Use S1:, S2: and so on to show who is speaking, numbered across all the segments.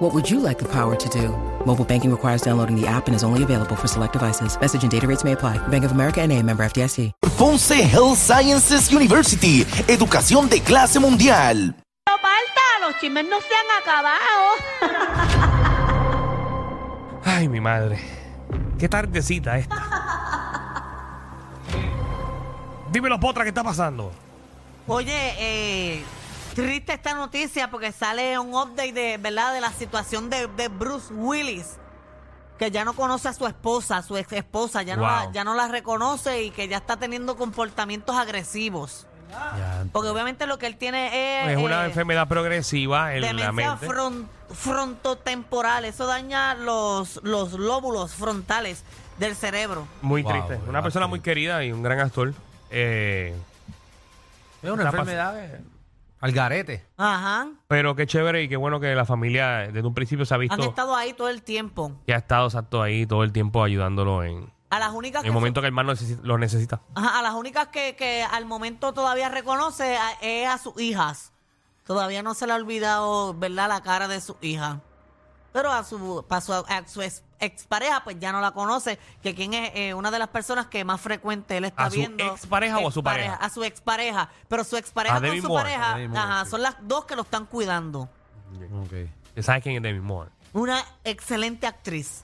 S1: What would you like the power to do? Mobile banking requires downloading the app and is only available for select devices. Message and data rates may apply. Bank of America and a member FDIC.
S2: Ponce Health Sciences University, educación de clase mundial.
S3: Pero falta, los chismes no se han acabado.
S4: Ay, mi madre. Qué tardecita esta. Dímelo, Potra, ¿qué está pasando?
S3: Oye, eh, triste esta noticia porque sale un update de, ¿verdad? de la situación de, de Bruce Willis, que ya no conoce a su esposa, a su ex esposa, ya, no
S4: Wow.
S3: la, ya no la reconoce y que ya está teniendo comportamientos agresivos.
S4: Ya,
S3: Porque obviamente lo que él tiene es,
S4: es una
S3: eh,
S4: enfermedad progresiva en la
S3: demencia
S4: mente.
S3: fron- frontotemporal. Eso daña los, los lóbulos frontales del cerebro.
S4: Muy
S5: Wow,
S4: triste. Una
S5: verdad,
S4: persona muy
S5: sí.
S4: querida y un gran actor. Eh,
S5: Es una
S4: Está
S5: enfermedad de- al garete.
S3: Ajá.
S4: pero qué chévere y qué bueno que la familia desde un principio se ha
S3: Han
S4: visto
S3: estado ahí todo el tiempo.
S4: que ha estado exacto ahí todo el tiempo ayudándolo en,
S3: A las únicas
S4: en el
S3: que
S4: momento que el hermano necesi- lo necesita.
S3: Ajá, a las únicas que, que al momento todavía reconoce a- es a sus hijas. Todavía no se le ha olvidado, ¿verdad?, la cara de su hija. Pero a su, pa' su- a su ex- expareja, pues ya no la conoce, que quien es eh, una de las personas que más frecuente él está
S4: ¿A su
S3: viendo.
S4: expareja o a su pareja?
S3: A su expareja. Pero su expareja
S4: A
S3: con
S4: Demi
S3: su
S4: Moore,
S3: pareja,
S5: a Demi Moore,
S3: ajá,
S5: sí.
S3: son las dos que lo están cuidando.
S4: Ya ¿Sabes quién es Demi Moore?
S3: Una excelente actriz.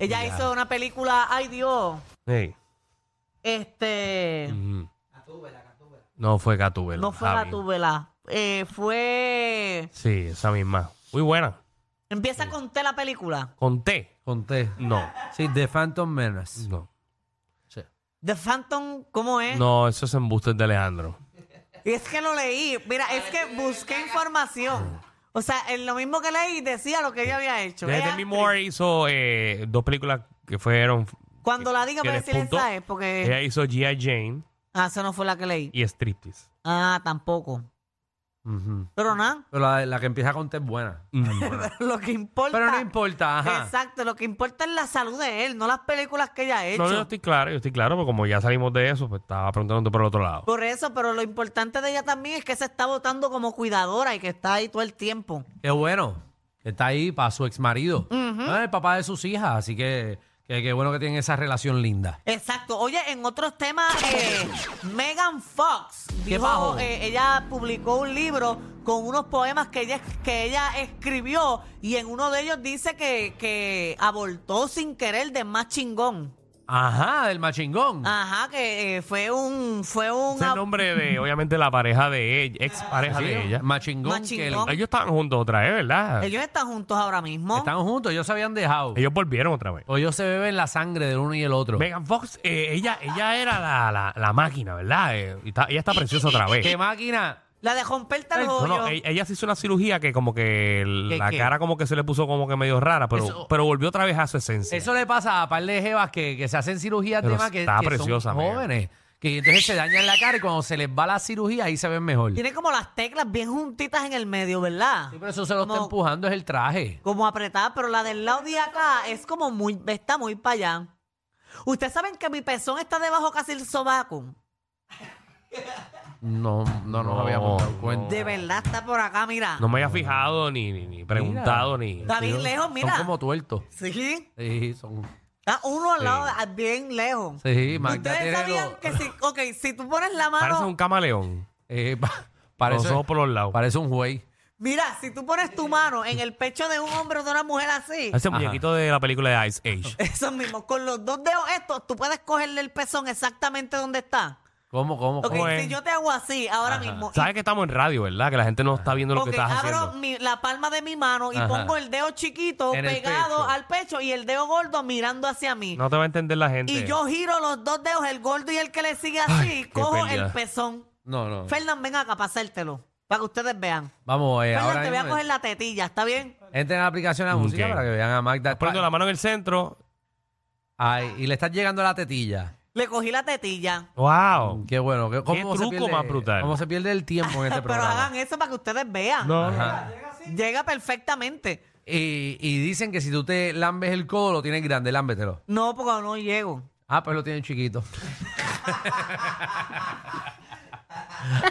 S3: Ella hizo una película, ay Dios,
S4: Hey.
S3: este...
S4: Ujú. No fue Gatúbela.
S3: No fue
S4: Javi.
S3: la tubela. Eh, fue.
S4: Sí, esa misma. Muy buena.
S3: Empieza con T la película.
S4: ¿Con T?
S5: Conté.
S4: No.
S5: Sí, The Phantom Menace.
S4: No.
S5: Sí.
S3: The Phantom, ¿cómo es?
S4: No, eso es embustes de Alejandro.
S3: Y es que lo leí. Mira, es que busqué información. O sea, en lo mismo que leí decía lo que ella había hecho.
S4: Desde
S3: Ella
S4: Demi
S3: actriz.
S4: Moore hizo eh, dos películas que fueron.
S3: Cuando la diga,
S4: que
S3: voy a
S4: les
S3: decirle
S4: puntó.
S3: esa es, porque.
S4: Ella hizo G.I. Jane
S3: Ah, esa no fue la que leí.
S4: y Striptease.
S3: Ah, tampoco.
S5: Ujú.
S3: Pero nada.
S5: Pero la, la que empieza con T es buena.
S4: Mm.
S3: Lo que importa.
S5: Pero no importa, ajá.
S3: Exacto, lo que importa es la salud de él, no las películas que ella ha hecho.
S4: No, yo estoy claro, yo estoy claro, porque como ya salimos de eso, pues estaba preguntándote por el otro lado.
S3: Por eso, pero lo importante de ella también es que se está votando como cuidadora y que está ahí todo el tiempo.
S5: Qué bueno. que Está ahí para su ex marido. El papá de sus hijas. Así que que- qué bueno que tienen esa relación linda.
S3: Exacto. Oye, en otros temas, eh, Megan Fox
S5: ¿Qué
S3: dijo,
S5: pasó?
S3: eh, ella publicó un libro con unos poemas que ella, que ella escribió y en uno de ellos dice que, que abortó sin querer de más chingón.
S5: Ajá, del machingón.
S3: Ajá, que eh, fue un... Fue
S4: Ese
S3: un
S4: es el
S3: ab-
S4: nombre de, obviamente, la pareja de ella, ex pareja
S5: Sí,
S4: de ella.
S5: Machingón.
S3: Machingón.
S5: que
S4: Ellos estaban juntos otra vez, ¿verdad? Ellos,
S3: Ellos están juntos ahora mismo.
S5: el- están juntos, ellos se habían dejado.
S4: volvieron otra vez.
S5: O ellos se beben la sangre del uno y el otro.
S4: Megan Fox, eh, ella, ella era la, la- la máquina, ¿verdad? Eh, y está- ella está preciosa otra vez.
S5: ¿Qué máquina?
S3: La de romperte el
S4: No,
S3: hoyo.
S4: no, e- ella, se hizo una cirugía que como que el-
S3: ¿Qué,
S4: la
S3: qué?
S4: cara como que se le puso como que medio rara, pero,
S5: Eso-
S4: pero volvió otra vez a su esencia.
S5: Eso le pasa a par de jevas que, que se hacen cirugías
S4: Pero
S5: de más que,
S4: está
S5: que
S4: preciosa,
S5: son
S4: mira.
S5: jóvenes. Que entonces se dañan la cara y cuando se les va la cirugía ahí se ven mejor. Sí,
S3: Tiene como las teclas bien juntitas en el medio, ¿verdad?
S5: pero eso se lo está
S3: Como-
S5: empujando, es el traje.
S3: como apretada, pero la del lado de acá es como muy, está muy para allá. Ustedes saben que mi pezón está debajo casi el sobaco.
S5: No, no nos
S4: No,
S5: habíamos dado
S4: no.
S5: cuenta.
S3: De verdad está por acá, mira.
S4: No me había fijado ni, ni, ni preguntado ni...
S3: Está bien lejos, mira.
S5: Son como tuertos.
S3: Sí,
S5: Sí, son.
S3: está uno al
S4: Sí.
S3: lado, ah, bien lejos.
S5: Sí, Magda
S3: Ustedes
S5: tiene
S3: sabían
S5: los-
S3: que si, ok, si tú pones la mano,
S4: Parece un camaleón.
S5: eh, pa-
S4: los
S5: parece,
S4: ojos por los lados.
S5: parece un güey.
S3: mira, si tú pones tu mano en el pecho de un hombre o de una mujer así,
S4: Ese
S5: Ajá.
S4: muñequito de la película de Ice Age.
S3: eso mismo, con los dos dedos estos, tú puedes cogerle el pezón exactamente donde está.
S5: ¿Cómo, cómo,
S3: Ok,
S5: cómo?
S4: es?
S3: si yo te hago así ahora mismo y
S4: Sabes que estamos en radio, ¿verdad? Que la gente no está viendo lo
S3: Ok,
S4: que estás
S3: abro
S4: haciendo.
S3: mi- la palma de mi mano y
S5: Ajá.
S3: pongo el dedo chiquito
S5: En el
S3: pegado
S5: pecho.
S3: al pecho y el dedo gordo mirando hacia mí.
S4: No te va a entender la gente.
S3: y yo giro los dos dedos, el gordo y el que le sigue así,
S4: Ay,
S3: y
S4: qué
S3: cojo
S4: pérdida.
S3: el pezón.
S5: No, no.
S3: Fernán, ven acá para hacértelo, para que ustedes vean.
S5: Vamos, eh,
S3: Fernán,
S5: ahora
S3: te voy a
S5: mismo,
S3: coger la tetilla, ¿está bien?
S5: entren a la aplicación de la
S4: Ok.
S5: música para que vean a Magda.
S4: Poniendo la mano en el centro.
S5: Ay, y le estás llegando a la tetilla.
S3: Le cogí la tetilla.
S4: ¡Wow!
S5: Qué bueno. que- ¿Cómo se
S4: truco
S5: pierde-
S4: más brutal?
S5: ¿Cómo se pierde el tiempo en este
S3: Pero
S5: programa?
S3: hagan eso para que ustedes vean.
S4: No.
S3: Llega perfectamente.
S5: Y, y dicen que si tú te lambes el codo, lo tienes grande, lámbetelo.
S3: No, porque no llego.
S5: Ah, pues lo tienen chiquito.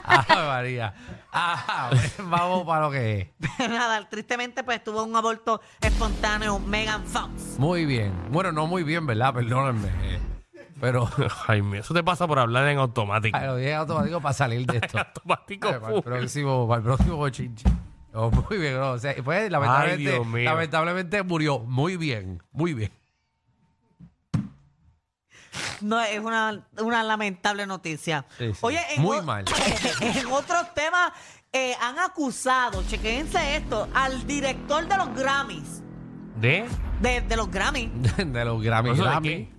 S5: Ay, María. Ah, vamos para lo que es.
S3: Nada, tristemente pues tuvo un aborto espontáneo Megan Fox.
S5: Muy bien. Bueno, no muy bien, ¿verdad? Perdónenme. eh, Pero
S4: Ay, mío, eso te pasa por hablar en automático.
S5: ay, lo dije automático para salir de esto.
S4: automático.
S5: Ay, para el
S4: full.
S5: próximo, para el próximo bochinche. Oh, muy bien, no, o sea, pues, lamentablemente,
S4: Dios mío.
S5: lamentablemente murió. Muy bien, muy bien.
S3: No, es una, una lamentable noticia.
S5: Sí, sí.
S3: Oye, en
S5: Muy
S3: o-
S5: mal.
S3: en otros temas eh, han acusado, chequense esto, al director de los Grammys.
S4: ¿De?
S3: De, de los Grammys.
S5: De los Grammy.
S4: ¿Eso de
S5: Grammy.
S4: qué?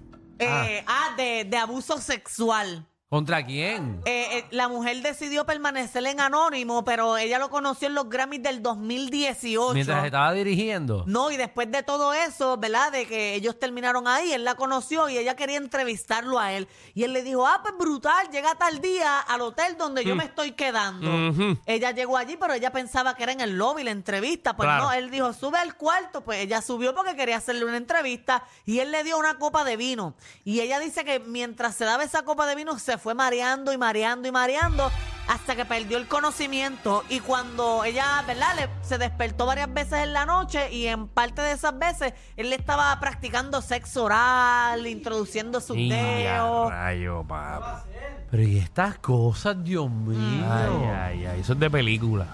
S3: eh, ah, de, de abuso sexual.
S5: ¿Contra quién?
S3: Eh, eh, la mujer decidió permanecer en anónimo, pero ella lo conoció en los Grammys del 2018.
S5: Mientras estaba dirigiendo.
S3: No, y después de todo eso, ¿verdad? De que ellos terminaron ahí, él la conoció y ella quería entrevistarlo a él. Y él le dijo, ah, pues brutal, llega tal día al hotel donde yo me estoy quedando.
S4: Hmm. Ujú.
S3: Ella llegó allí, pero ella pensaba que era en el lobby la entrevista. Pues
S4: Claro.
S3: no, él dijo, sube al cuarto. Pues ella subió porque quería hacerle una entrevista y él le dio una copa de vino. Y ella dice que mientras se daba esa copa de vino, se fue mareando y mareando y mareando hasta que perdió el conocimiento. Y cuando ella, ¿verdad? Le- se despertó varias veces en la noche y en parte de esas veces él le estaba practicando sexo oral, introduciendo sus
S4: Y a
S3: dedos.
S4: rayo, papá.
S5: Pero y estas cosas, Dios mío.
S4: Ay, ay, ay. Eso es de película.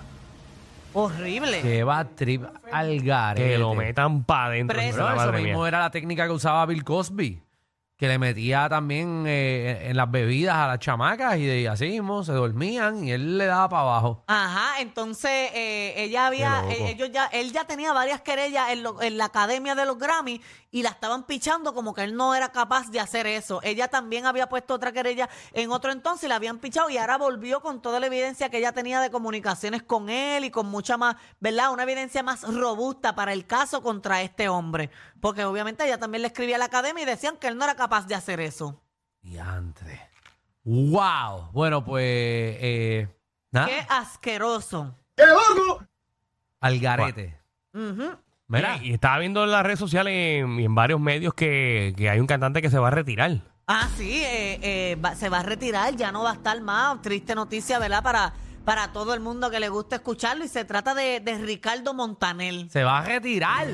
S3: Horrible.
S5: Que va trip al garete.
S4: Que lo metan para adentro.
S3: Preso.
S5: Bueno,
S4: la
S5: eso
S4: Pues madre mía.
S5: mismo era la técnica que usaba Bill Cosby. Que le metía también eh, en las bebidas a las chamacas y, de- así mismo se dormían y él le daba para abajo.
S3: Ajá, entonces eh, ella había,
S4: Qué loco.
S3: eh, ellos ya, él ya tenía varias querellas en, lo- en la academia de los Grammy y la estaban pichando como que él no era capaz de hacer eso. Ella también había puesto otra querella en otro entonces y la habían pichado y ahora volvió con toda la evidencia que ella tenía de comunicaciones con él y con mucha más, ¿verdad? Una evidencia más robusta para el caso contra este hombre, porque obviamente ella también le escribía a la academia y decían que él no era capaz de hacer eso.
S5: Diantre. ¡Wow! Bueno, pues. eh,
S4: Ah.
S5: nada.
S3: Qué asqueroso.
S5: Al garete.
S3: Ujú.
S5: Mira.
S4: Y, y estaba viendo en las redes sociales y en varios medios que, que hay un cantante que se va a retirar.
S3: Ah, sí, eh, eh, va- se va a retirar, ya no va a estar más. Triste noticia, ¿verdad? Para, para todo el mundo que le gusta escucharlo. Y se trata de, de Ricardo Montanel.
S5: Se va a retirar.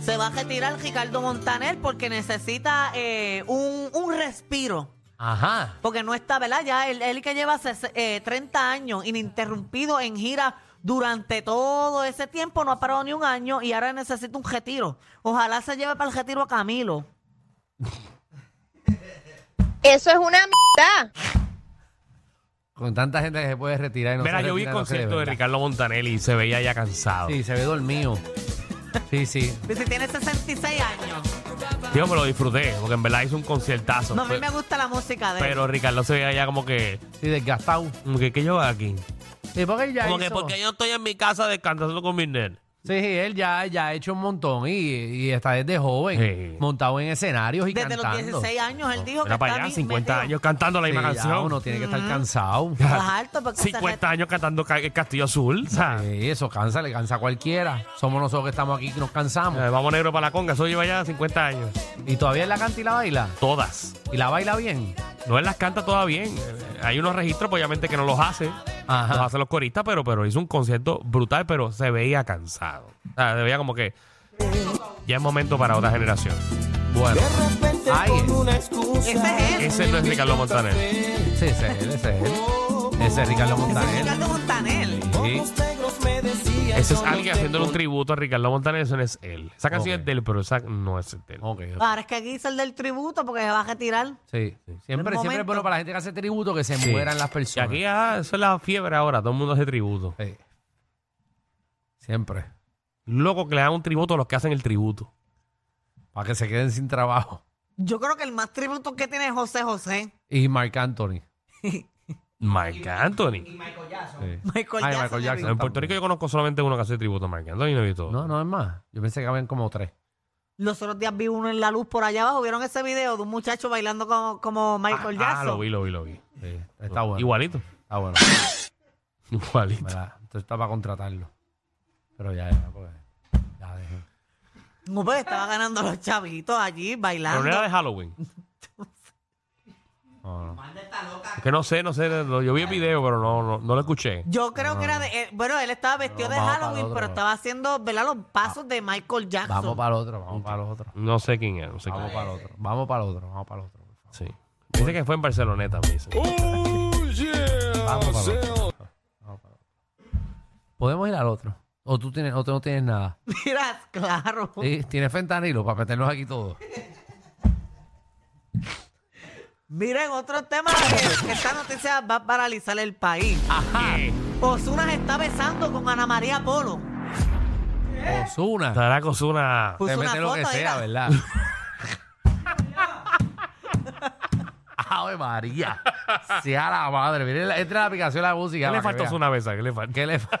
S3: Se va a retirar Ricardo Montanel porque necesita eh, un, un respiro.
S5: Ajá.
S3: Porque no está, ¿verdad? Ya él, él que lleva ses- eh, 30 años ininterrumpido en gira durante todo ese tiempo, no ha parado ni un año y ahora necesita un retiro. Ojalá se lleve para el retiro a Camilo.
S6: Eso es una mierda.
S5: Con tanta gente que se puede retirar. y no
S4: Mira,
S5: se
S4: yo vi el
S5: retira, no se
S4: concierto de
S5: verdad.
S4: Ricardo Montanelli y se veía ya cansado.
S5: Sí, se ve dormido. Sí, sí.
S3: Dice, tiene 66 años.
S4: Yo me lo disfruté, porque en verdad hizo un conciertazo.
S3: No, a mí
S4: Pe-
S3: me gusta la música de él.
S4: pero Ricardo se veía ya como que,
S5: Sí, desgastado.
S4: como que, ¿qué yo hago aquí?
S5: Sí, porque ya
S4: Como que
S5: hizo-
S4: porque yo estoy en mi casa descansando con mis nenes.
S5: Sí, sí, él ya, ya ha hecho un montón y, y está desde joven,
S4: Sí.
S5: montado en escenarios y
S3: Desde
S5: cantando.
S3: los 16 años él dijo que
S4: Era para
S3: está
S4: allá,
S3: mi-
S4: 50
S3: metido.
S4: años cantando la
S5: Sí,
S4: misma
S5: ya
S4: canción.
S5: uno tiene que estar cansado.
S3: Más alto porque se
S4: 50 años cantando ca- el Castillo Azul. o sea,
S5: Sí, eso cansa, le cansa a cualquiera. Somos nosotros que estamos aquí que nos
S4: eh,
S5: cansamos.
S4: vamos negro para la conga, eso lleva ya 50 años.
S5: Y todavía él la canta y la baila.
S4: Todas.
S5: Y la baila bien.
S4: No él las canta todas bien. Eh, Hay unos registros, pues, obviamente, que no los hace.
S5: Ajá.
S4: Los hacen los coristas, pero, pero hizo un concierto brutal, pero se veía cansado. O sea, se veía como que ya es momento para otra generación.
S5: Bueno, ahí es.
S3: Ese es él.
S4: Ese no es Ricardo Montaner.
S5: Sí, ese es él, ese es él. Oh. Ese es Ricardo
S3: Ese es
S5: Montaner.
S3: Ricardo Montanel.
S5: Sí.
S4: Ese es alguien haciéndole un tributo a Ricardo Montaner, eso no es él. Esa canción
S5: Ok.
S4: es de él, pero esa no es de él.
S5: Ok, ok.
S3: Ahora es que aquí hizo el del tributo porque se va a retirar.
S5: Sí. Siempre, siempre
S3: momento.
S5: es bueno para la gente que hace tributo que se
S4: Sí.
S5: mueran las
S4: Y
S5: personas.
S4: aquí, ah, eso es la fiebre ahora, todo el mundo hace tributo.
S5: Sí. Siempre.
S4: Loco que le dan un tributo a los que hacen el tributo.
S5: Para que se queden sin trabajo.
S3: Yo creo que el más tributo que tiene es José José.
S5: Y Marc Anthony.
S4: Marc Anthony.
S5: Sí.
S3: Michael
S5: Ay,
S3: Jackson.
S5: Michael
S3: le
S5: Jackson.
S3: digo.
S4: En Puerto Rico yo conozco solamente uno que hace tributo a Marc Anthony, no he visto.
S5: No, no es más. Yo pensé que habían como tres.
S3: Los otros días vi uno en la luz por allá abajo. ¿Vieron ese video de un muchacho bailando como, como Michael
S4: ah,
S3: Jackson?
S4: lo vi, lo vi, lo vi. Eh,
S5: Sí, está bueno.
S4: Igualito.
S5: Está Ah, bueno.
S4: Igualito.
S5: ¿verdad? Entonces está para contratarlo. Pero ya, ya, pues, ya dejen.
S3: No, pues estaba ganando los chavitos allí
S4: Pero
S3: bailando.
S4: no era de Halloween.
S5: No, no.
S4: Es que no sé, no sé. lo- Yo vi el video, pero no, no, no lo escuché.
S3: Yo creo que era de. eh, bueno, él estaba vestido de
S5: vamos para el
S3: Halloween,
S5: otro.
S3: pero estaba haciendo, ¿verdad? Los
S4: Ah,
S3: pasos de Michael Jackson.
S5: Vamos para el otro, vamos para los otros.
S4: No sé quién era, no sé quién
S5: Vamos
S4: era.
S5: para el otro, vamos para el otro, vamos para el otro. por favor.
S4: Sí. Dice que fue en Barceloneta, me dice.
S5: Vamos para el otro. Vamos para el otro. Podemos ir al otro. O tú, tienes, o tú no tienes nada.
S3: Mira, claro.
S5: Sí, Tienes fentanilo para meternos aquí todos.
S3: Miren, otro tema. que- que Esta noticia va a paralizar el país.
S4: Ajá.
S3: Osuna se está besando con Ana María Polo.
S5: Osuna.
S4: Estará con una.
S3: Puso Pues
S5: Te
S3: una
S5: mete lo que
S3: foto,
S5: sea,
S3: mira.
S5: ¿verdad? Ave María. Sea la madre. Mire, la- entra a la aplicación de la música.
S4: ¿Qué le
S5: para que
S4: faltó
S5: vea.
S4: una besa? ¿Qué le faltó?
S5: ¿Qué le fa-